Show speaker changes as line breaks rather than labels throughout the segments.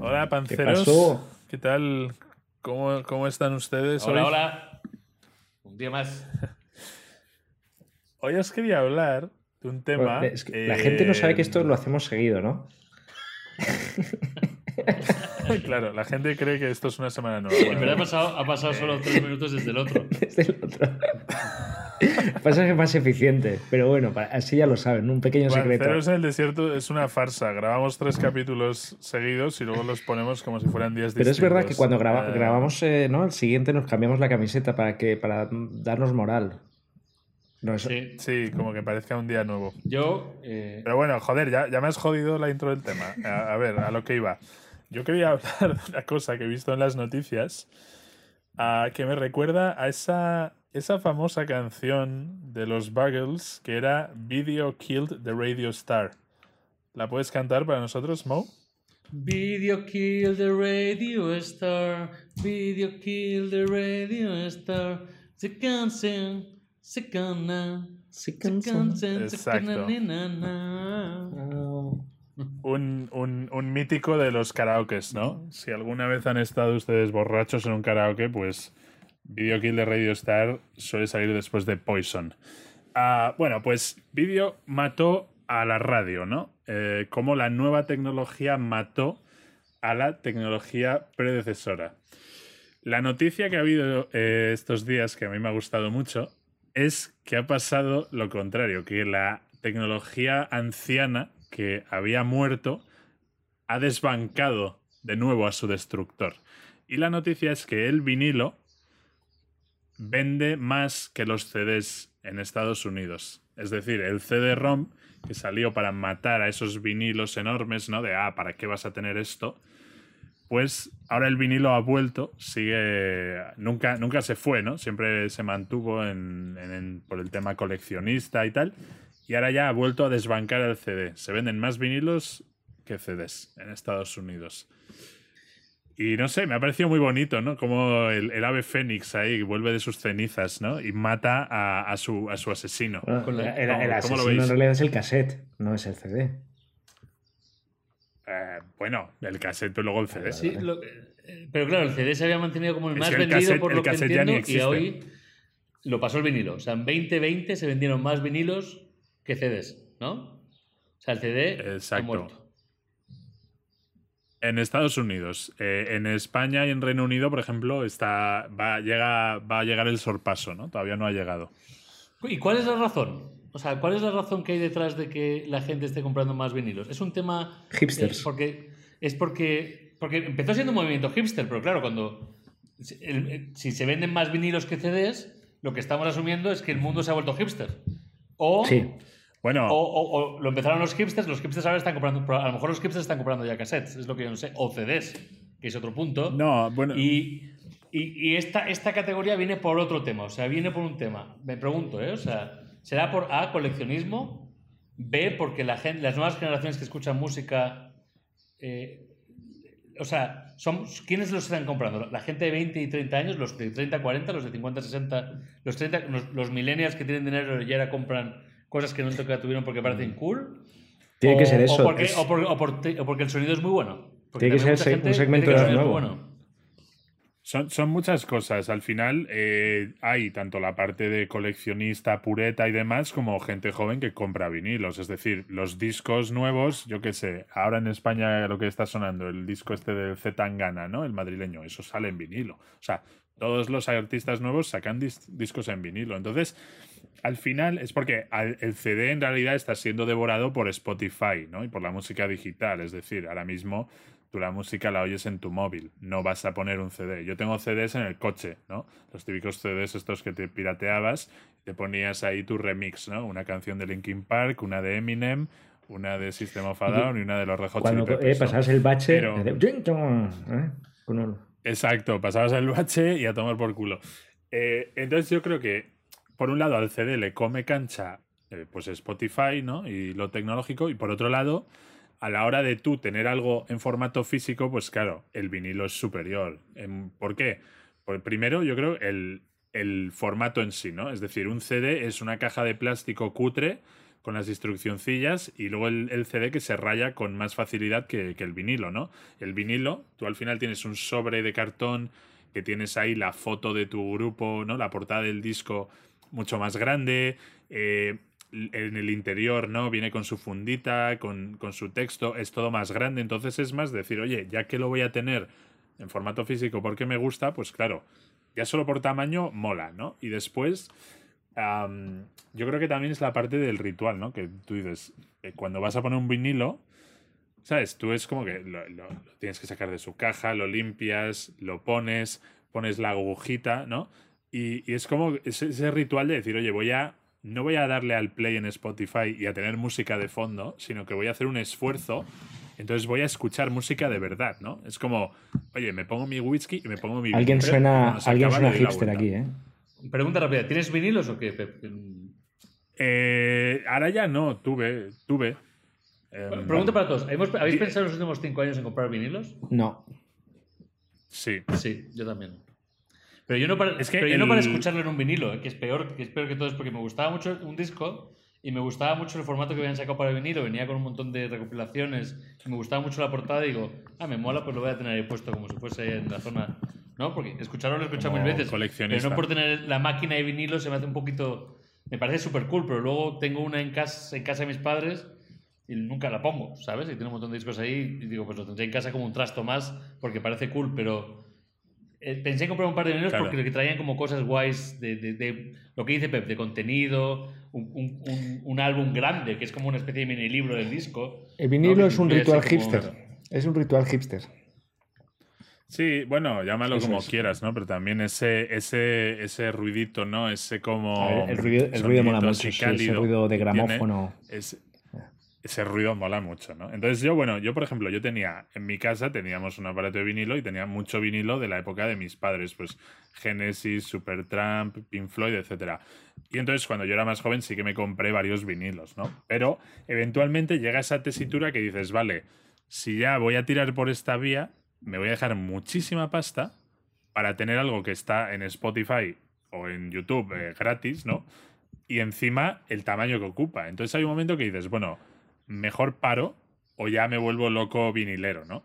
Hola, panceros.
¿Qué pasó?
¿Qué tal? ¿Cómo, cómo están ustedes
Hola,
hoy?
hola. Un día más.
Hoy os quería hablar de un tema.
Bueno, Pues es que La gente no sabe que esto
eh,
lo hacemos seguido, ¿no?
Claro, la gente cree que esto es una semana nueva.
En verdad ha pasado, ha pasado solo tres minutos desde el otro.
Desde el otro. Pasa que es más eficiente, pero bueno, para- así ya lo saben, un pequeño secreto.
Panceros en el desierto es una farsa. Grabamos tres capítulos seguidos y luego los ponemos como si fueran días
Pero
distintos.
es verdad que cuando graba-
Eh,
grabamos eh, ¿no? el siguiente nos cambiamos la camiseta para que para darnos moral. No, eso-
Sí.
Sí, como que parezca un día nuevo.
Yo, eh,
Pero bueno, joder, ya, ya me has jodido la intro del tema. A, a ver, a lo que iba. Yo quería hablar de una cosa que he visto en las noticias ah, que me recuerda a esa, esa famosa canción de los Buggles que era Video Killed the Radio Star. ¿La puedes cantar para nosotros, Mo?
Video kill the radio star. Video kill the radio star. Se cansen, se canan.
Se
Se
cansan.
cansen, se
Exacto.
canan, na, na, na.
Un, un, un mítico de los karaokes, ¿no? Si alguna vez han estado ustedes borrachos en un karaoke, pues Video Kill de Radio Star suele salir después de Poison. Ah, bueno, pues Video mató a la radio, ¿no? Eh, como la nueva tecnología mató a la tecnología predecesora. La noticia que ha habido eh, estos días, que a mí me ha gustado mucho, es que ha pasado lo contrario, que la tecnología anciana que había muerto ha desbancado de nuevo a su destructor. Y la noticia es que el vinilo vende más que los CDs en Estados Unidos. Es decir, el CD-ROM que salió para matar a esos vinilos enormes, ¿no? De, ah, ¿para qué vas a tener esto? Pues ahora el vinilo ha vuelto, sigue. Nunca, nunca se fue, ¿no? Siempre se mantuvo en- en- en- por el tema coleccionista y tal. Y ahora ya ha vuelto a desbancar el CD. Se venden más vinilos que CDs en Estados Unidos. Y no sé, me ha parecido muy bonito, ¿no? Como el, el ave Fénix ahí vuelve de sus cenizas, ¿no? Y mata a, a su, a su asesino.
Bueno,
Con la-
el, el
¿cómo lo
asesino
veis?
en realidad es el cassette, no es el CD.
Eh, bueno, el cassette y luego el CD.
Sí, lo- eh, pero claro, el CD se había mantenido como el
Es
más
que el
vendido
cassette-
por
el
lo que
cassette ya ni
entiendo y
existe.
hoy lo pasó el vinilo. O sea, en 2020 se vendieron más vinilos que CDs, ¿no? O sea, el CD ha
Exacto.
muerto.
En Estados Unidos, eh, en España y en Reino Unido, por ejemplo, está va, llega, va a llegar el sorpaso, ¿no? Todavía no ha llegado.
¿Y cuál es la razón? O sea, ¿cuál es la razón que hay detrás de que la gente esté comprando más vinilos? Es un tema... eh,
Hipsters.
porque, es porque, porque empezó siendo un movimiento hipster, pero claro, cuando... si- el- eh, si se venden más vinilos que CDs, lo que estamos asumiendo es que el mundo se ha vuelto hipster. O
Sí.
Bueno,
O, o- o lo empezaron los hipsters, los hipsters ahora están comprando, a lo mejor los hipsters están comprando ya cassettes, es lo que yo no sé, o CDs, que es otro punto.
no, bueno.
Y, y- y esta, esta categoría viene por otro tema, o sea, viene por un tema. Me pregunto, ¿eh? O sea, ¿será por A, coleccionismo? B, porque la gen- las nuevas generaciones que escuchan música. eh, o sea, son, ¿quiénes los están comprando? ¿La gente de 20 y 30 años? ¿Los de 30, 40? ¿Los de 50, 60? ¿Los, 30, los, los millennials que tienen dinero y ahora compran cosas que nunca tuvieron porque parecen cool?
Mm. Tiene
O-
que ser
O
eso.
porque,
es-
o por- o por- o porque el sonido es muy bueno. Porque
Tiene que
también
ser
mucha
un
gente
segmento
dice que el
de
sonido es muy
nuevo.
bueno.
Son, son muchas cosas. Al final eh, hay tanto la parte de coleccionista, pureta y demás, como gente joven que compra vinilos. Es decir, los discos nuevos, yo qué sé, ahora en España lo que está sonando, el disco este del Z Tangana, ¿no? El madrileño, eso sale en vinilo. O sea, todos los artistas nuevos sacan dis- discos en vinilo. Entonces, al final es porque al- el CD en realidad está siendo devorado por Spotify, ¿no? Y por la música digital. Es decir, ahora mismo tú la música la oyes en tu móvil, no vas a poner un CD. Yo tengo CDs en el coche, ¿no? Los típicos CDs estos que te pirateabas, te ponías ahí tu remix, ¿no? Una canción de Linkin Park, una de Eminem, una de System of a Down y una de los Red Hot
cuando
Chili Peppers,
eh,
¿no?
pasabas el bache,
Pero-
hace- ¿eh? Con un-
Exacto, pasabas el bache y a tomar por culo. Eh, entonces yo creo que, por un lado, al CD le come cancha eh, pues Spotify ¿no? y lo tecnológico, y por otro lado, a la hora de tú tener algo en formato físico, pues claro, el vinilo es superior. Em, ¿Por qué? Por- primero, yo creo el, el formato en sí, ¿no? Es decir, un CD es una caja de plástico cutre con las instruccioncillas y luego el, el CD que se raya con más facilidad que, que el vinilo, ¿no? El vinilo, tú al final tienes un sobre de cartón que tienes ahí la foto de tu grupo, ¿no? La portada del disco mucho más grande. eh, en el interior, ¿no? Viene con su fundita, con, con su texto, es todo más grande. Entonces es más decir, oye, ya que lo voy a tener en formato físico porque me gusta, pues claro, ya solo por tamaño mola, ¿no? Y después, am, yo creo que también es la parte del ritual, ¿no? Que tú dices, eh, cuando vas a poner un vinilo, ¿Sabes? Tú es como que lo, lo- lo tienes que sacar de su caja, lo limpias, lo pones, pones la agujita, ¿no? Y, y es como ese, ese ritual de decir, oye, voy a. No voy a darle al play en Spotify y a tener música de fondo, sino que voy a hacer un esfuerzo. Entonces voy a escuchar música de verdad, ¿no? Es como, oye, me pongo mi whisky y me pongo mi.
Alguien
vinilo,
suena,
cuando se
alguien
acaba
suena
le doy la
hipster
vuelta.
aquí, ¿eh?
Pregunta rápida, ¿tienes vinilos o qué? Pep?
Eh, ahora ya no, tuve, tuve. Em,
Pregunta para todos. ¿Hemos- ¿Habéis
Di-
pensado en los últimos cinco años en comprar vinilos?
No.
Sí.
Sí, yo también. Pero yo no para,
Es que
pero yo no para
el-
escucharlo en un vinilo, eh, que es peor, que es peor que todo, es porque me gustaba mucho un disco y me gustaba mucho el formato que habían sacado para el vinilo, venía con un montón de recopilaciones, y me gustaba mucho la portada y digo, ah, me mola, pues lo voy a tener ahí puesto como si fuese en la zona, ¿no? Porque escucharlo lo he escuchado
Como
mil veces, pero
coleccionista.
no por tener la máquina de vinilo se me hace un poquito, me parece súper cool, pero luego tengo una en casa, en casa de mis padres y nunca la pongo, ¿sabes? Y tiene un montón de discos ahí y digo, pues lo tendré en casa como un trasto más porque parece cool, pero eh, pensé en comprar un par de vinilos
Claro.
porque lo que traían como cosas guays de, de- de lo que dice Pep, de contenido, un, un- un- un álbum grande que es como una especie de mini libro del disco.
El vinilo
¿no? Que
es un
incluye
ritual
así como-
hipster. Es un ritual hipster.
Sí, bueno, llámalo
Eso
como
es.
quieras, ¿no? Pero también ese, ese, ese ruidito, ¿no? Ese como.
Ah, el, el ruido, el ruido
sonidito
mola mucho,
así
sí, ese
cálido
ruido de
que tiene,
gramófono.
es- ese ruido mola mucho, ¿no? Entonces yo, bueno, yo por ejemplo, yo tenía, en mi casa teníamos un aparato de vinilo y tenía mucho vinilo de la época de mis padres, pues Genesis, Supertramp, Pink Floyd, etcétera. Y entonces cuando yo era más joven sí que me compré varios vinilos, ¿no? Pero eventualmente llega esa tesitura que dices, vale, si ya voy a tirar por esta vía, me voy a dejar muchísima pasta para tener algo que está en Spotify o en YouTube eh, gratis, ¿no? y encima el tamaño que ocupa. Entonces hay un momento que dices, bueno, mejor paro o ya me vuelvo loco vinilero, ¿no?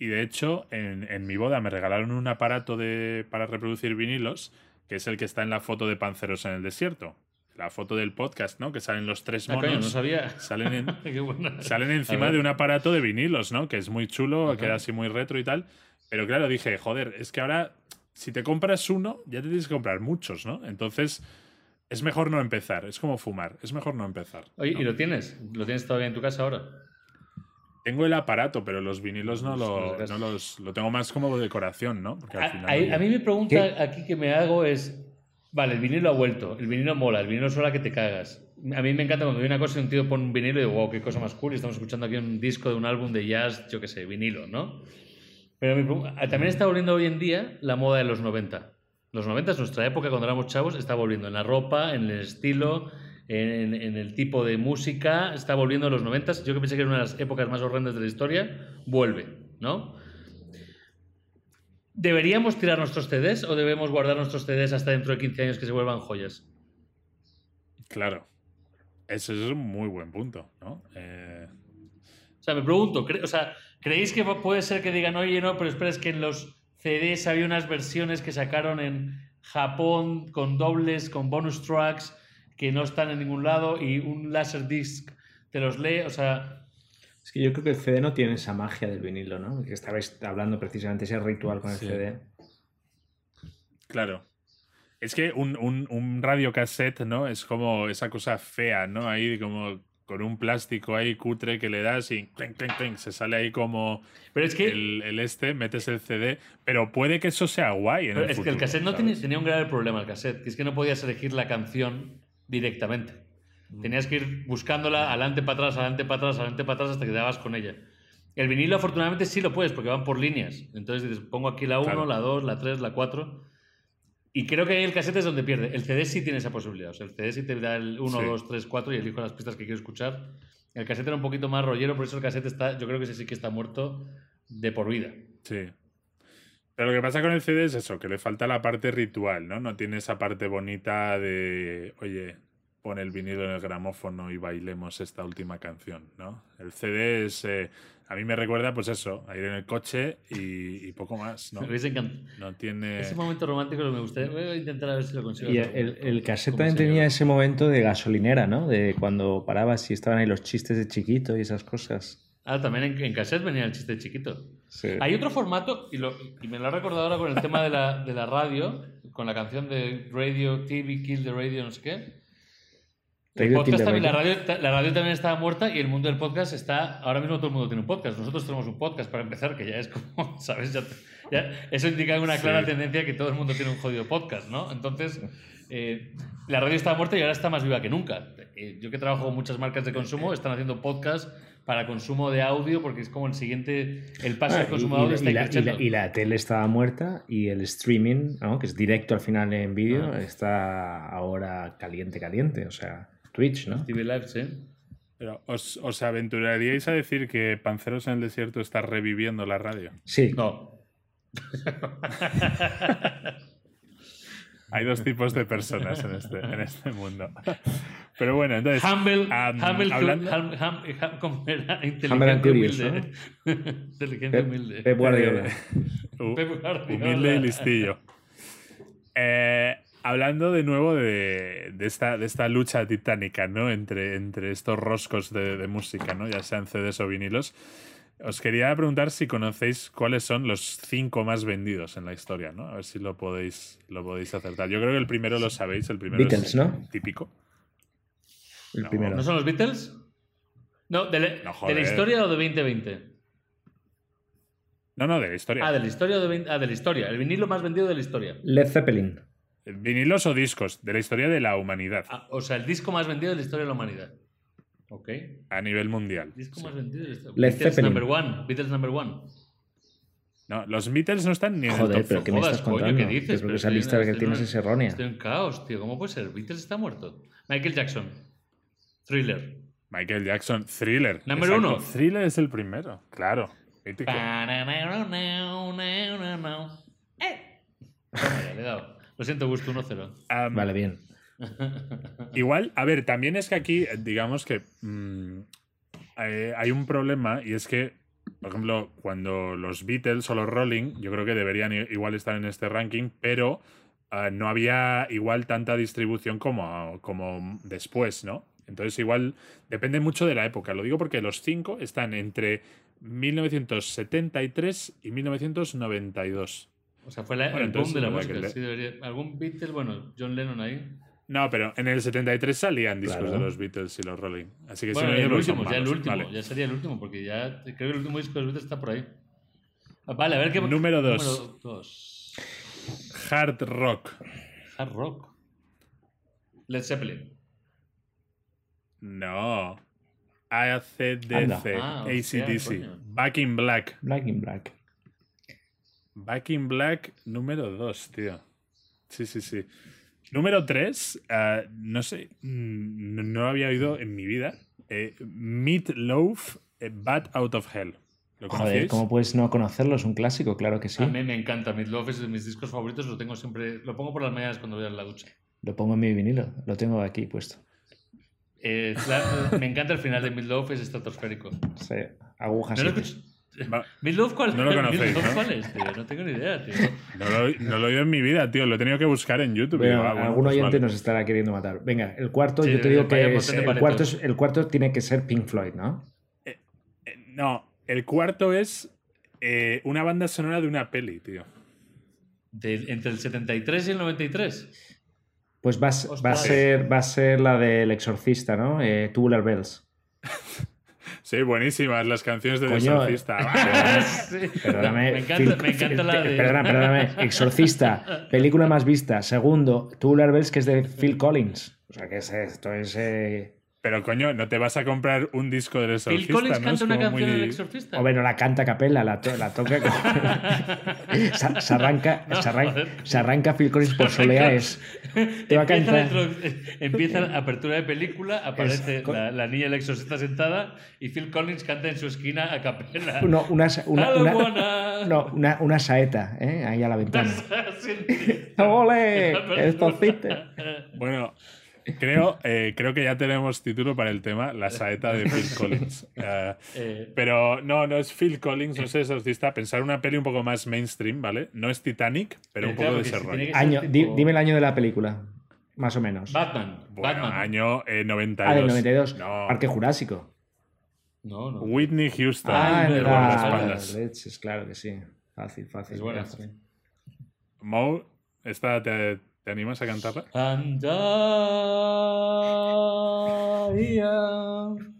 Y de hecho, en, en mi boda me regalaron un aparato de, para reproducir vinilos, que es el que está en la foto de Panceros en el Desierto. La foto del podcast, ¿no? Que salen los tres
Ah,
monos.
coño, no sabía.
Salen en,
Qué bueno.
Salen
A
encima
ver.
de un aparato de vinilos, ¿no? Que es muy chulo,
Ajá.
queda así muy retro y tal. Pero claro, dije, joder, es que ahora, si te compras uno, ya te tienes que comprar muchos, ¿no? Entonces, es mejor no empezar. Es como fumar, es mejor no empezar.
Oye,
¿no?
¿y lo tienes? ¿Lo tienes todavía en tu casa ahora?
Tengo el aparato, pero los vinilos no,
Los-
lo,
los-
no los. Lo tengo más como decoración, ¿no? Porque al
A,
final.
a- a mí mi pregunta
¿Qué?
aquí que me hago es, vale, el vinilo ha vuelto, el vinilo mola, el vinilo suena que te cagas. A mí me encanta cuando veo una cosa y un tío pone un vinilo y digo, wow, qué cosa más cool, y estamos escuchando aquí un disco de un álbum de jazz, yo qué sé, vinilo, ¿no? Pero mi pregunta- ah, también está volviendo hoy en día la moda de los 90. Los 90 es nuestra época cuando éramos chavos, está volviendo en la ropa, en el estilo, en, en el tipo de música, está volviendo en los 90. Yo que pensé que era una de las épocas más horrendas de la historia, vuelve, ¿no? ¿Deberíamos tirar nuestros CDs o debemos guardar nuestros CDs hasta dentro de 15 años que se vuelvan joyas?
Claro. Ese es un muy buen punto, ¿no? Eh,
O sea, me pregunto, cre- o sea, ¿creéis que va- puede ser que digan, oye, no, pero espera, es que en los CDs había unas versiones que sacaron en Japón con dobles, con bonus tracks, que no están en ningún lado y un Laserdisc te los lee? O sea,
Es que yo creo que el CD no tiene esa magia del vinilo, ¿no? Que estabais hablando precisamente ese ritual con el
Sí.
CD.
Claro. Es que un, un, un radiocassette, ¿no? Es como esa cosa fea, ¿no? Ahí como con un plástico ahí cutre que le das y clink, clink, clink, se sale ahí como
pero es que el,
el, el este, metes el CD, pero puede que eso sea guay en el
es que el
futuro,
cassette no
¿sabes?
tenía, tenía un grave problema, el cassette, que es que no podías elegir la canción directamente.
Mm.
Tenías que ir buscándola adelante para atrás, adelante para atrás, adelante para atrás hasta que te dabas con ella. El vinilo afortunadamente sí lo puedes porque van por líneas. Entonces dices, pongo aquí la 1,
Claro.
la 2, la 3, la 4. Y creo que ahí el cassette es donde pierde. El CD sí tiene esa posibilidad. O sea, el CD sí te da el 1,
Sí.
2, 3, 4 y elijo las pistas que quiero escuchar. El cassette era un poquito más rollero, por eso el cassette está, yo creo que ese sí que está muerto de por vida.
Sí. Pero lo que pasa con el CD es eso, que le falta la parte ritual, ¿no? No tiene esa parte bonita de, oye, pon el vinilo en el gramófono y bailemos esta última canción, ¿no? El CD es... eh, a mí me recuerda, pues eso, a ir en el coche y, y poco más, ¿no?
Me hubiese encantado.
No tiene...
Ese momento romántico me gustaría. Voy a intentar a ver si lo consigo.
Eh, Y el, el cassette
¿Cómo
también
se
tenía
llama?
ese momento de gasolinera, ¿no? De cuando parabas y estaban ahí los chistes de chiquito y esas cosas.
Ah, también en, en cassette venía el chiste chiquito.
Sí.
Hay otro formato, y, lo- y me lo ha recordado ahora con el tema de la, de la radio, con la canción de Radio TV, Kill the Radio, no sé qué. El
Radio
podcast
Kill the
también, la,
Radio.
radio, ta- la radio también está muerta y el mundo del podcast está. Ahora mismo todo el mundo tiene un podcast. Nosotros tenemos un podcast para empezar, que ya es como, ¿sabes? Ya, ya- eso indica una clara
Sí.
tendencia que todo el mundo tiene un jodido podcast, ¿no? Entonces, eh, la radio está muerta y ahora está más viva que nunca. Eh, yo que trabajo con muchas marcas de consumo, están haciendo podcast para consumo de audio porque es como el siguiente, el paso
Ah,
del
y-
consumidor
y,
está
y la, y la-
creciendo.
y la tele estaba muerta y el streaming, ¿no? que es directo al final en vídeo,
Ah.
está ahora caliente, caliente. O sea, Twitch, ¿no?
TV Live, sí.
Pero, ¿os, os aventuraríais a decir que Panceros en el Desierto está reviviendo la radio?
Sí,
No.
Hay dos tipos de personas en este, en este mundo. Pero bueno, entonces...
Humble,
am,
humble,
hablando-
hum- hum- hum- ¿cómo era?
Humble and
Inteligente,
curious,
humilde. ¿eh? Inteligente,
Pep,
humilde.
Pep Guardiola.
Eh, hu-
Pep Guardiola.
humilde y listillo. Eh, hablando de nuevo de, de esta, de esta lucha titánica, ¿no? Entre, entre estos roscos de, de música, ¿no? Ya sean CDs o vinilos. Os quería preguntar si conocéis cuáles son los cinco más vendidos en la historia, ¿no? A ver si lo podéis, lo podéis acertar. Yo creo que el primero lo sabéis, el primero
Beatles,
es
¿no?
típico.
el
no,
primero.
¿No son los Beatles? No, de, la-
No,
de
joder.
la historia o de 2020?
No, no, de la historia.
Ah, de la historia o de 20 Ah, de la historia. El vinilo más vendido de la historia.
Led Zeppelin.
Vinilos o discos, de la historia de la humanidad
Ah, o sea, el disco más vendido de la historia de la humanidad. Ok.
a nivel mundial.
Disco
Sí.
más vendido de la historia.
Led
Beatles
Zeppelin.
number one. Beatles number one.
No, los Beatles no están ni en el
Joder,
top
pero
cinco.
¿qué me
jodas,
estás
coño,
contando?
¿qué dices?
Yo creo
Pero
que esa
estoy-
lista que
estoy
tienes
en-
es errónea.
Estoy en caos, tío. ¿Cómo puede ser? Beatles está muerto. Michael Jackson. Thriller.
Michael Jackson, Thriller.
Número
exacto.
uno. Ah,
Thriller es el primero, claro. mítico.
¡Eh! Toma ya, le he dado. Lo siento, Gusto 1-0.
Am,
Vale, bien.
Igual, a ver, también es que aquí, eh, digamos que mm, eh, hay un problema y es que, por ejemplo, cuando los Beatles o los Rolling, yo creo que deberían i- igual estar en este ranking, pero ah, no había igual tanta distribución como, como después, ¿no? Entonces igual depende mucho de la época. Lo digo porque los cinco están entre 1973 y 1992.
O sea, fue la,
Bueno,
el boom
entonces,
de la
la verdad que
música.
le-
Sí, debería. Algún Beatles, bueno, John Lennon ahí.
No, pero en el 73 salían discos
Claro.
de los Beatles y los Rolling. Así que
Bueno,
si no, yo
el
creo que son
último, ya el
malos.
último.
Vale.
Ya sería el último, porque ya creo que el último disco de los Beatles está por ahí. Ah, Vale, a ver qué.
Número dos.
Número dos.
Hard rock.
Hard rock. Led Zeppelin.
No. ACDC,
Anda.
Ah, hostia,
ACDC,
coño.
Back in Black.
Black in Black.
Back in Black número 2, tío. Sí, sí, sí. Número 3, no sé, mm, no, no había oído en mi vida. Eh, Meat Loaf, eh, Bat Out of Hell. ¿Lo
Joder,
conocéis?
¿cómo puedes no conocerlo? Es un clásico, claro que sí.
A mí me encanta. Midlove es de mis discos favoritos. Lo tengo siempre. Lo pongo por las mañanas cuando voy a la ducha.
Lo pongo en mi vinilo. Lo tengo aquí puesto.
Eh, la- me encanta el final de Midlove, es estratosférico. ¿No
Sí, agujas.
lo
siete.
escuch-
Va-
¿Midlove cuál
No lo conocéis,
¿Midlove
¿no?
cuál es, tío? No tengo ni idea, tío.
No lo, no lo he oído en mi vida, tío. Lo he tenido que buscar en YouTube.
Bueno,
Digo, ah, bueno,
algún
pues
oyente
vale.
nos estará queriendo matar. Venga, el cuarto,
Sí,
yo te digo
vaya
que es,
montón de
el,
paletos.
cuarto es- el cuarto tiene que ser Pink Floyd, ¿no?
Eh, no, el cuarto es eh, una banda sonora de una peli, tío.
De- entre el 73 y el 93.
Pues va, a s- va a
Ostras.
ser, va a ser la del exorcista, ¿no? Eh, Tubular Bells.
Sí, buenísimas las canciones de
Coño,
Exorcista.
eh.
Perdóname.
me encanta,
Phil-
me encanta
Phil-
la de.
Perdona, perdóname. Exorcista, película más vista. Segundo, Tubular Bells, que es de Phil Collins. O sea, que es esto es... eh,
Pero coño, no te vas a comprar un disco del exorcista.
Phil Collins
¿no? Es
canta una
como
canción del
muy-
exorcista.
O bueno, la canta a capela, la, to- la toca. con- se, se arranca,
No,
se, arranca,
joder.
se arranca Phil Collins por
Se arranca.
soleares. Te va a
empieza, la
cantar.
introduc- empieza la apertura de película, aparece
co-
la, la niña del exorcista sentada y Phil Collins canta en su esquina a capela.
No, una, sa- una,
Hello,
una-
Juana.
no, una- una saeta, ¿eh? ahí a la ventana.
Sí.
¡Ole! ¡Esto
Apertura.
existe!
Bueno, Creo, eh, creo que ya tenemos título para el tema, La saeta de Phil Collins. Eh,
Eh,
pero no, no es Phil Collins, no sé, exorcista. Pensar una peli un poco más mainstream, ¿vale? No es Titanic, pero un poco
claro,
de
que si
ese
tiene
rollo.
que ser
Año, di-
tipo
dime el año de la película, más o menos.
Batman.
Bueno,
Batman.
año eh, 92.
Ah, del 92.
No.
Parque Jurásico.
No, no.
Whitney Houston.
Ah,
el
es verdad.
guardaespaldas.
leches, claro que sí. Fácil, fácil.
Es buena.
fácil.
Mo, ¿esta te, te animas a cantarla?
And I am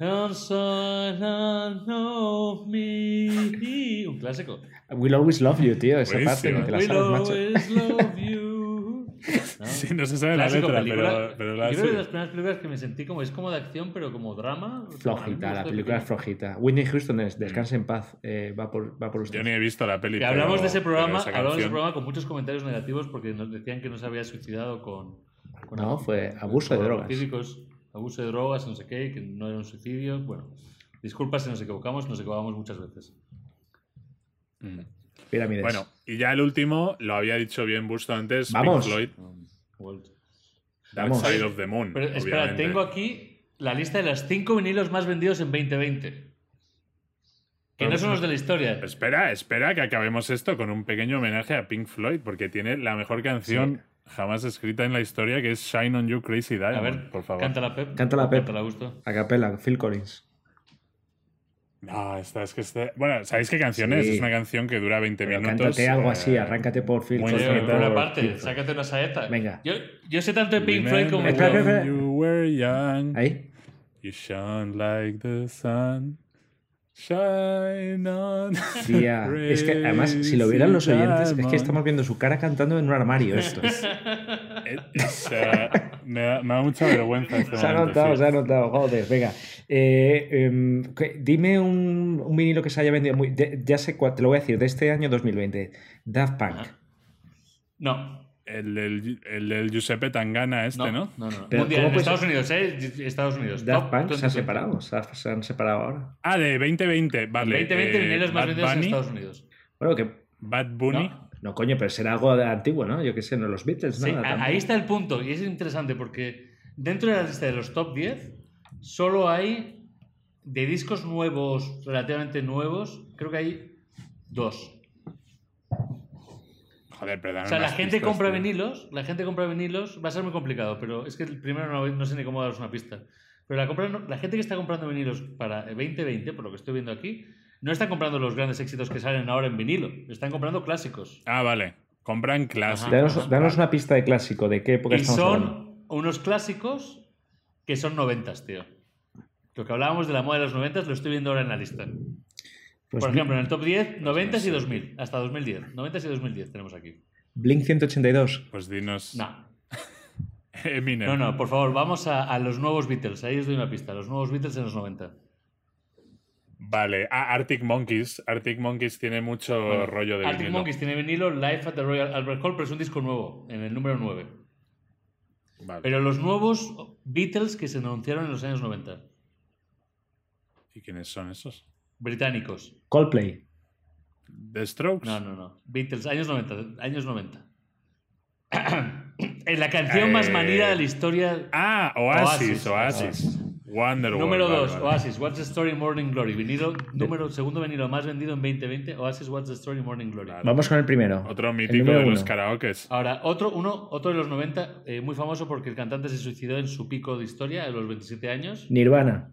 outside and of me. Un clásico.
We'll always love you, tío. Esa parte
Buenísima.
que te la
Will
sabes, macho.
always love you. ¿No?
Sí, no se sabe la
Clásico,
letra,
película.
pero, pero la
Yo creo que de las
sí.
primeras películas que me sentí como es como de acción, pero como drama.
Flojita, la película es
flojita.
flojita. Whitney Houston es Descanse en paz. eh, va, por, va por usted.
Yo ni he visto la peli.
Que hablamos
pero-
de ese programa,
pero esa
hablamos de ese
canción-
programa con muchos comentarios negativos porque nos decían que no se había suicidado con, con
No, fue abuso de
con
drogas.
típicos, abuso de drogas, no sé qué, que no era un suicidio. Bueno, disculpa si nos equivocamos, nos equivocamos muchas veces.
Mm.
Pirámides.
Bueno, y ya el último, lo había dicho bien Busto antes, Pink
Vamos.
Floyd,
Um, Walt.
Dark
Vamos.
Side of the Moon.
Pero espera,
obviamente.
tengo aquí la lista de los 5 vinilos más vendidos en 2020. Que no son los de la historia.
Espera, espera que acabemos esto con un pequeño homenaje a Pink Floyd, porque tiene la mejor canción jamás escrita en la historia, que es Shine on You Crazy Diamond.
A ver,
por favor.
Cántala, Pep.
Cántala, Pep.
Cántala, Gusto.
A capela, Phil Collins.
No, esta es que esta- Bueno, ¿sabéis qué canción es?
Sí.
Es una canción que dura 20
Pero
minutos.
cántate algo
eh,
así, arráncate por Phil
muy
Collins.
bien,
por-
pero
por
por
una parte,
Phil Collins.
sácate una saeta.
Venga.
Yo, yo sé tanto de Pink Floyd como
Remember
Espera,
tú.
espera,
when You were young.
Ahí.
You shone like the sun. Shine on. Eh,
Tía, es que además, si lo vieran los oyentes, es que
estamos
estamos viendo su cara cantando en un armario esto.
Eh, es, eh, me, da, me da mucha vergüenza este
Se ha
momento,
notado,
sí.
se ha notado, joder, venga. Eh, em, que- dime un, un vinilo que se haya vendido muy. de- ya sé cuál, te lo voy a decir, de este año 2020. Daft Punk.
Ah,
Ajá. No.
El del, el del Giuseppe Tangana este, ¿no?
No, no.
Pero
Mundial,
¿cómo
en
puede
Estados Unidos, ¿eh? Estados
pues
Unidos.
Daft
Top
Punk se han
20.
separado, se, ha- se han separado ahora.
Ah, de 2020, vale.
2020
eh,
vinilos más
Bad
vendidos en
Bunny,
Estados Unidos.
Bueno, que.
Bad Bunny.
No.
No, coño, pero será algo de antiguo, ¿no? Yo qué sé, no los Beatles,
Sí,
nada.
a-
tampoco.
ahí está el punto. Y es interesante porque dentro de la lista de los top 10 solo hay de discos nuevos, relativamente nuevos, creo que hay dos.
Joder, perdón.
O sea, la gente compra vinilos, la gente compra vinilos, va a ser muy complicado, pero es que el primero no, no sé ni cómo daros una pista. Pero la, compra- la gente que está comprando vinilos para 2020, por lo que estoy viendo aquí, no está comprando los grandes éxitos que salen ahora en vinilo, están comprando clásicos.
Ah, vale. Compran clásicos.
Danos, danos una pista de clásico, ¿de qué época
y
estamos
son
hablando?
unos clásicos que son noventas, tío. Lo que hablábamos de la moda de los noventas lo estoy viendo ahora en la lista.
Pues
por
Blink-
ejemplo, en el top 10, noventas y 2000, hasta 2010. Noventas y 2010 tenemos aquí.
Blink 182.
Pues dinos.
No.
Eminem.
No, no, por favor, vamos a, a los nuevos Beatles. Ahí os doy una pista. Los nuevos Beatles en los 90.
Vale. Ah, Arctic Monkeys. Arctic Monkeys tiene mucho rollo de
Arctic
vinilo.
Monkeys tiene vinilo, Life at the Royal Albert Hall, pero es un disco nuevo, en el número 9.
Vale.
Pero los nuevos Beatles que se anunciaron en los años 90.
¿Y quiénes son esos?
Británicos.
Coldplay.
The Strokes.
No, no, no. Beatles, años 90. Años 90. en la canción más
Eh,
manida de la historia.
Ah, Oasis,
Oasis.
Oasis. Wonderwall.
Número
vale,
2,
vale.
Oasis, What's the Story Morning Glory. Vinilo, número, segundo vinilo más vendido en 2020, Oasis, What's the Story Morning Glory.
Vale.
Vamos con el primero.
Otro
El
mítico
número
de los
uno.
karaokes.
Ahora, otro, uno, otro de los 90, eh, muy famoso porque el cantante se suicidó en su pico de historia a los 27 años.
Nirvana.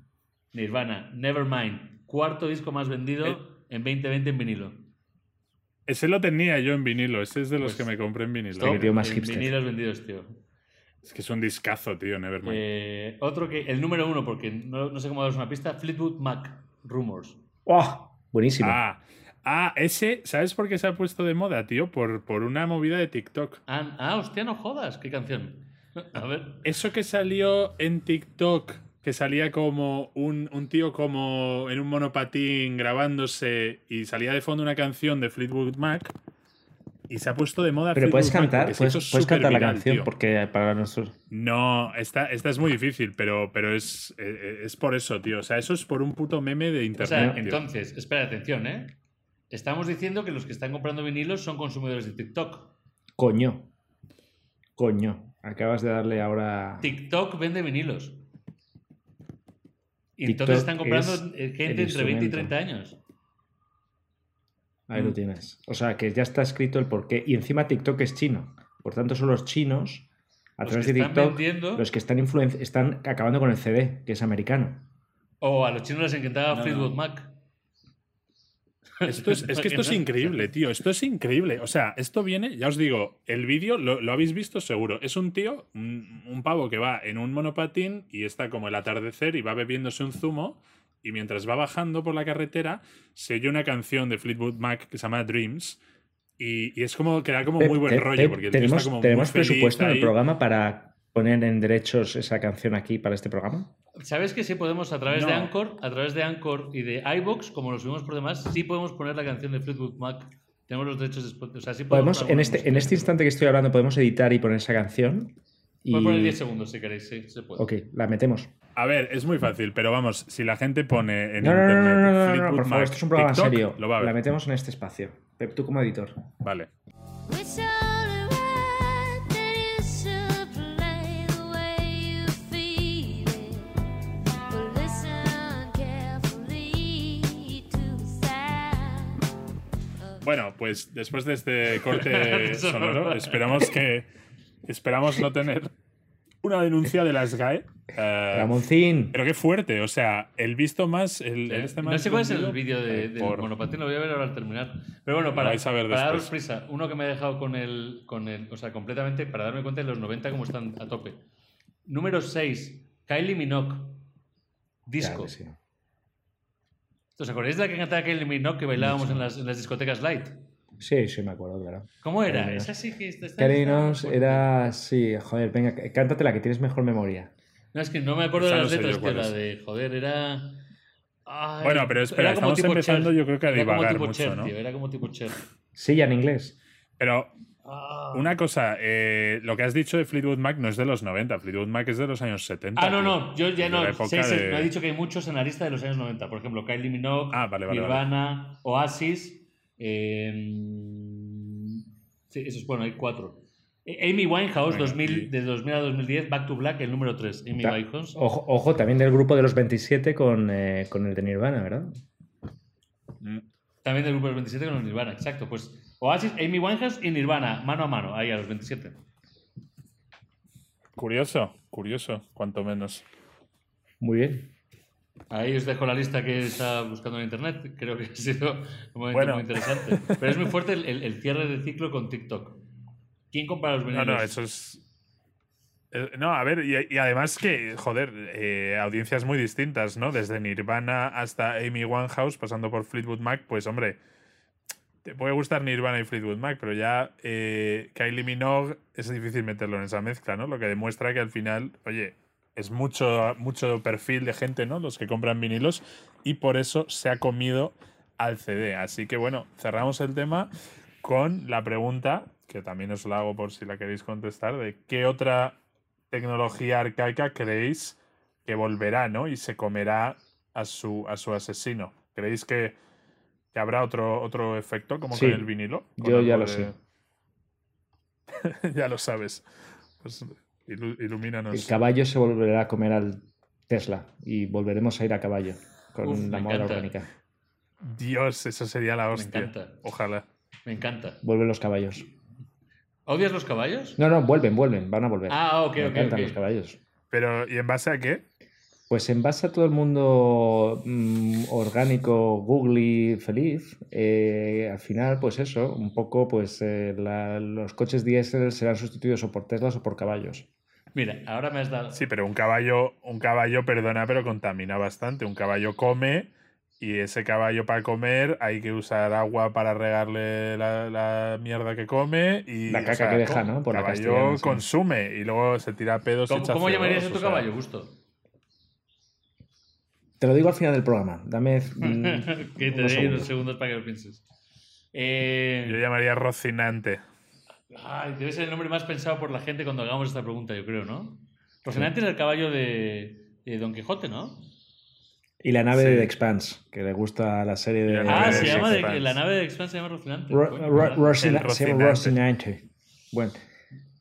Nirvana, Nevermind, cuarto disco más vendido
Eh.
en 2020 en vinilo.
Ese lo tenía yo en vinilo. Ese es de
Pues
los que me compré en vinilo.
Stop. tío más
en
hipster.
vinilos vendidos, tío.
Es que es un discazo, tío, Nevermind.
Eh, otro que, el número uno, porque no, no sé cómo daros una pista, Fleetwood Mac, Rumors.
¡Oh! Buenísimo.
ah, ah, ese, ¿sabes por qué se ha puesto de moda, tío? Por, por una movida de TikTok.
Ah, ah, hostia, no jodas, qué canción. A ver,
Eso que salió en TikTok, que salía como un, un tío como en un monopatín grabándose y salía de fondo una canción de Fleetwood Mac. Y se ha puesto de moda.
Pero
Fleetwood
puedes
Mac
cantar,
porque se
puedes,
hizo
puedes cantar la
superviral,
canción
tío.
porque para nosotros.
No, esta, esta es muy difícil, pero, pero es, eh, eh, es por eso, tío. O sea, eso es por un puto meme de
o
internet.
sea,
tío.
entonces, espera, atención, ¿eh? Estamos diciendo que los que están comprando vinilos son consumidores de TikTok.
Coño. Coño. Acabas de darle ahora.
TikTok vende vinilos. Y entonces están comprando eh,
es
gente
el
entre 20 y
instrumento.
30 años.
Ahí
Mm.
lo tienes. O sea, que ya está escrito el porqué. Y encima TikTok es chino. Por tanto, son los chinos, a
Los
través
que
de
están
TikTok,
vendiendo-
los que están, influen- están acabando con el CD, que es americano.
O a los chinos les encantaba
No,
Fleetwood
no.
Mac.
Esto es, es que esto es increíble, tío. Esto es increíble. O sea, esto viene, ya os digo, el vídeo lo, lo habéis visto seguro. Es un tío, un, un pavo que va en un monopatín y está como el atardecer y va bebiéndose un zumo. Y mientras va bajando por la carretera, se oye una canción de Fleetwood Mac que se llama Dreams. Y, y es como que da como muy buen
Te- te-
rollo. Porque el tío
Eh, tenemos
está como muy
tenemos
feliz
presupuesto en el
ahí.
programa para poner en derechos esa canción aquí para este programa.
¿Sabes que sí podemos a través
No.
de Anchor, a través de Anchor y de iBox, como lo subimos por demás, sí podemos poner la canción de Fleetwood Mac. Tenemos los derechos de Spotify. O sea, sí
Podemos,
podemos poner
en
alguna
este,
música.
en este instante que estoy hablando, podemos editar y poner esa canción. Y...
Puedes poner 10 segundos si queréis, sí, se puede. Eh,
Ok, la metemos.
A ver, es muy fácil, pero vamos, si la gente pone en
No, no, no,
internet
no, no, no, no,
Fleetwood
por favor,
Mac,
esto es un programa
TikTok,
serio.
Lo va a ver.
La metemos en este espacio. Pep, tú como editor.
Vale.
It's only right that you should play the way you feel it. But listen carefully to the sound.
Bueno, pues después de este corte sonoro, esperamos que esperamos no tener una denuncia de las GAE. eh,
Ramoncín.
pero qué fuerte, o sea, el visto más, el, el este más
Eh, No sé cuál es el
escondido,
vídeo de,
eh,
del
por-
monopatín, lo voy a ver ahora al terminar. Pero bueno, para,
vais a ver
para daros
después.
prisa, uno que me ha dejado con el, con el. O sea, completamente, para darme cuenta de los 90 como están a tope. Número 6, Kylie Minogue. Disco.
Claro, sí.
¿Os acordáis de la que cantaba Kylie Minogue que bailábamos en las, en las discotecas light?
sí, sí, me acuerdo, claro.
¿Cómo era?
Kylie Minogue.
Esa sí que está- está-
Carinos
está-
era. Sí, joder, venga, c- cántate la que tienes mejor memoria.
No, es que no me acuerdo
Esa
de
no
las
sé yo
letras, tío.
cuál
La
es.
de, joder, era... Ay,
Bueno, pero espera,
era como
estamos
tipo
empezando,
Cher.
yo creo que a
Era como
divagar
tipo ¿eh?
mucho,
Cher,
¿no?
tío, era como tipo Cher.
Sí, ya en inglés.
Pero
Ah,
una cosa, eh, lo que has dicho de Fleetwood Mac no es de los 90, Fleetwood Mac es de los años 70.
Ah, no,
tío.
no, yo ya
De
no.
la época
sí, sí,
de-
Me ha dicho que hay muchos en la lista de los años 90. Por ejemplo, Kylie Minogue,
Ah, vale, vale,
Nirvana, Oasis. eh, sí, esos, bueno, hay cuatro. Eh, Amy Winehouse,
Venga,
2000,
y-
de 2000 a 2010, Back to Black, el número 3. Amy
Ta-
Winehouse.
Ojo, ojo, también del grupo de los 27 con, eh, con el de Nirvana, ¿verdad?
Mm.
También del grupo de los 27 con los Nirvana, exacto. Pues Oasis, Amy Winehouse y Nirvana, mano a mano, ahí a los 27.
Curioso, curioso, cuanto menos.
Muy bien.
Ahí os dejo la lista que estaba buscando en internet. Creo que ha sido un momento
Bueno.
muy interesante. Pero es muy fuerte el, el- el cierre de ciclo con TikTok. ¿Quién compra los
No,
vinilos?
no, eso es. eh, No, a ver, y, y además que, joder, eh, audiencias muy distintas, ¿no? Desde Nirvana hasta Amy Winehouse, pasando por Fleetwood Mac, pues hombre, te puede gustar Nirvana y Fleetwood Mac, pero ya eh, Kylie Minogue es difícil meterlo en esa mezcla, ¿no? Lo que demuestra que al final, oye, es mucho, mucho perfil de gente, ¿no? Los que compran vinilos y por eso se ha comido al CD. Así que bueno, cerramos el tema con la pregunta, que también os la hago por si la queréis contestar, de qué otra tecnología arcaica creéis que volverá, ¿no? Y se comerá a su, a su asesino. ¿Creéis que, que habrá otro, otro efecto como
Sí.
con el vinilo? Con
Yo ya
algo
lo sé.
ya lo sabes. Pues, ilu- ilumínanos.
El caballo se volverá a comer al Tesla y volveremos a ir a caballo con
Uf,
la
me
moda
encanta.
orgánica.
Dios, eso sería la hostia.
encanta.
Ojalá.
Me encanta.
Vuelven los caballos.
¿Odias los caballos?
No, no, vuelven, vuelven, van a volver.
Ah, ok,
Me
ok.
encantan
ok.
los caballos.
Pero, ¿y en base a qué?
Pues en base a todo el mundo mm, orgánico, googly, feliz, eh, al final, pues eso, un poco, pues eh, la- los coches diésel serán sustituidos o por Teslas o por caballos.
Mira, ahora me has dado.
Sí, pero un caballo, un caballo, perdona, pero contamina bastante. Un caballo come y ese caballo para comer hay que usar agua para regarle la, la mierda que come y
La caca que deja, ¿no? Por
Por
la
caballo
castellana, sí.
consume y luego se tira pedos. y
¿Cómo,
echa
cómo
CO2,
llamarías a tu
o sea,
caballo, Gusto?
Te lo digo al final del programa, dame mm,
que te
unos
dé unos
segundos.
segundos para que lo pienses.
Yo
Eh,
llamaría Rocinante.
ay, debe ser el nombre más pensado por la gente cuando hagamos esta pregunta, yo creo, ¿no? Rocinante era el caballo de, de Don Quijote, ¿no?
Y la nave
Sí.
de The Expanse, que le gusta la serie de...
La nave
Ah,
de
se
The
llama de-
Expanse.
la nave de Expanse se llama Rocinante.
Ro-
coño,
Ro-
¿verdad?
Rosina-
El
se llama
Rocinante.
Rocinante. Bueno,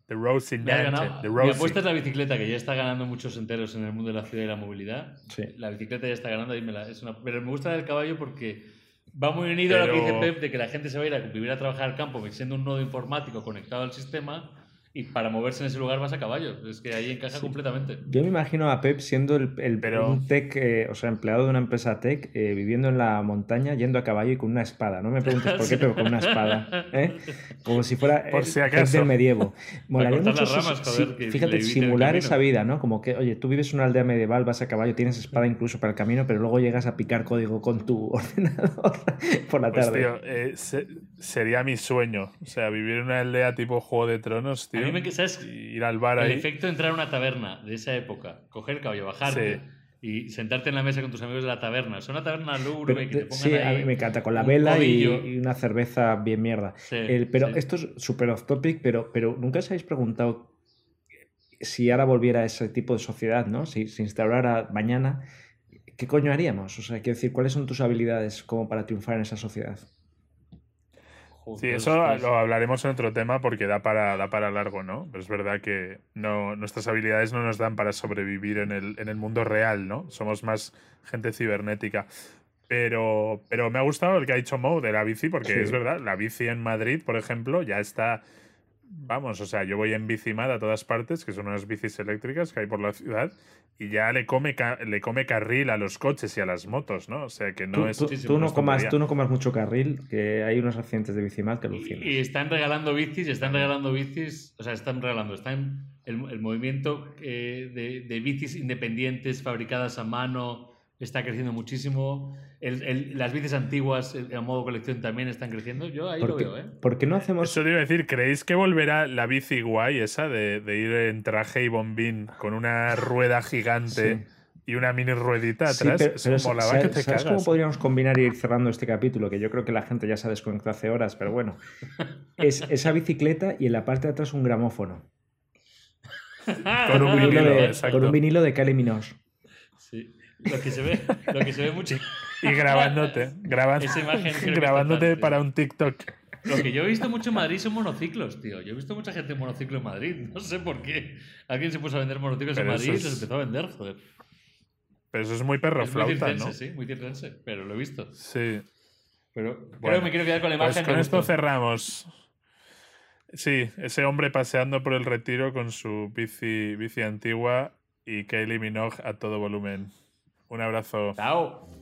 The Roads in
Le has
Nantes.
ganado.
The
Mi
Roads
apuesta es
in-
la bicicleta, que ya está ganando muchos enteros en el mundo de la ciudad y la movilidad.
Sí.
La bicicleta ya está ganando, ahí me la- es una- pero me gusta la del caballo porque va muy unido a lo que
Pero-
dice Pep de que la gente se va a ir a vivir a trabajar al campo siendo un nodo informático conectado al sistema y para moverse en ese lugar vas a caballo. Es que ahí encaja completamente.
Yo me imagino a Pep siendo el, el-
Pero-
un tech, eh, o sea, empleado de una empresa tech, eh, viviendo en la montaña, yendo a caballo y con una espada. No me preguntes por qué, pero con una espada. ¿eh? Como si fuera
Por
eh,
si
tech
acaso.
del medievo. Molaría
cortar
mucho
las
eso,
ramas,
sí,
joder, que le
fíjate,
eviten el
simular
camino.
esa vida, ¿no? Como que, oye, tú vives en una aldea medieval, vas a caballo, tienes espada incluso para el camino, pero luego llegas a picar código con tu ordenador por la
Pues,
tarde.
tío, eh, se- sería mi sueño. O sea, vivir en una aldea tipo Juego de Tronos, tío.
A mí me- ¿sabes?
y ir al bar
El
ahí.
efecto de entrar a una taberna de esa época, coger el caballo, bajarte
Sí.
y sentarte en la mesa con tus amigos de la taberna. Es una taberna
Pero,
lúgubre que te
eh,
pongan
sí, a
ahí
mí me encanta, con la
un
vela y,
codillo.
y una cerveza bien mierda.
Sí,
El- pero
sí.
esto es súper off topic, pero, pero nunca os habéis preguntado si ahora volviera a ese tipo de sociedad, ¿no? Si se instaurara mañana, ¿qué coño haríamos? O sea, quiero decir, ¿cuáles son tus habilidades como para triunfar en esa sociedad?
Sí,
Joder,
eso
ostras.
lo hablaremos en otro tema porque da para, da para largo, ¿no? Pero es verdad que no, nuestras habilidades no nos dan para sobrevivir en el, en el mundo real, ¿no? Somos más gente cibernética. Pero, pero me ha gustado el que ha dicho Mo de la bici, porque
Sí.
es verdad, la bici en Madrid, por ejemplo, ya está. Vamos, o sea, yo voy en bicimada a todas partes, que son unas bicis eléctricas que hay por la ciudad, y ya le come, ca- le come carril a los coches y a las motos, ¿no? O sea, que no
tú,
es.
tú-
sí, sí,
tú
no es
no comas,
tontería.
tú no comas mucho carril, que hay unos accidentes de bicimal que alucinas.
Y, y están regalando bicis, y están regalando bicis, o sea, están regalando, están el, el movimiento eh, de, de bicis independientes fabricadas a mano está creciendo muchísimo. El- el- las bicis antiguas el- a modo colección también están creciendo. Yo ahí
¿Por,
lo
qué,
veo, ¿eh?
por qué no hacemos
Eso te iba a decir, ¿creéis que volverá la bici guay esa de, de ir en traje y bombín con una rueda gigante y una mini ruedita
Sí,
atrás?
pero-
Eso
pero
molaba
¿sabes-
que te cagas.
¿sabes cómo podríamos combinar y ir cerrando este capítulo? Que yo creo que la gente ya se ha desconectado hace horas, pero bueno. Es esa bicicleta y en la parte de atrás un gramófono.
Con un
Ah,
vinilo,
de-
exacto.
con un vinilo de Kylie Minogue.
¿eh? Sí. Lo que se ve, lo que se ve mucho.
Y grabándote, grabando,
Esa imagen creo que está
grabándote
fatal, sí.
para un TikTok.
Lo que yo he visto mucho en Madrid son monociclos, tío. Yo he visto mucha gente en monociclo en Madrid. No sé por qué. Alguien se puso a vender monociclos en
Pero eso
Madrid y
es-
se empezó a vender, joder.
Pero eso es muy perro
Es muy
flauta,
circense,
¿no?
sí, muy circense, pero lo he visto.
Sí.
Pero creo
Bueno,
que me quiero quedar con la imagen.
Pues con
me
esto
gustó.
cerramos. Sí, ese hombre paseando por el retiro con su bici, bici antigua y Kylie Minogue a todo volumen. Un abrazo.
Chao.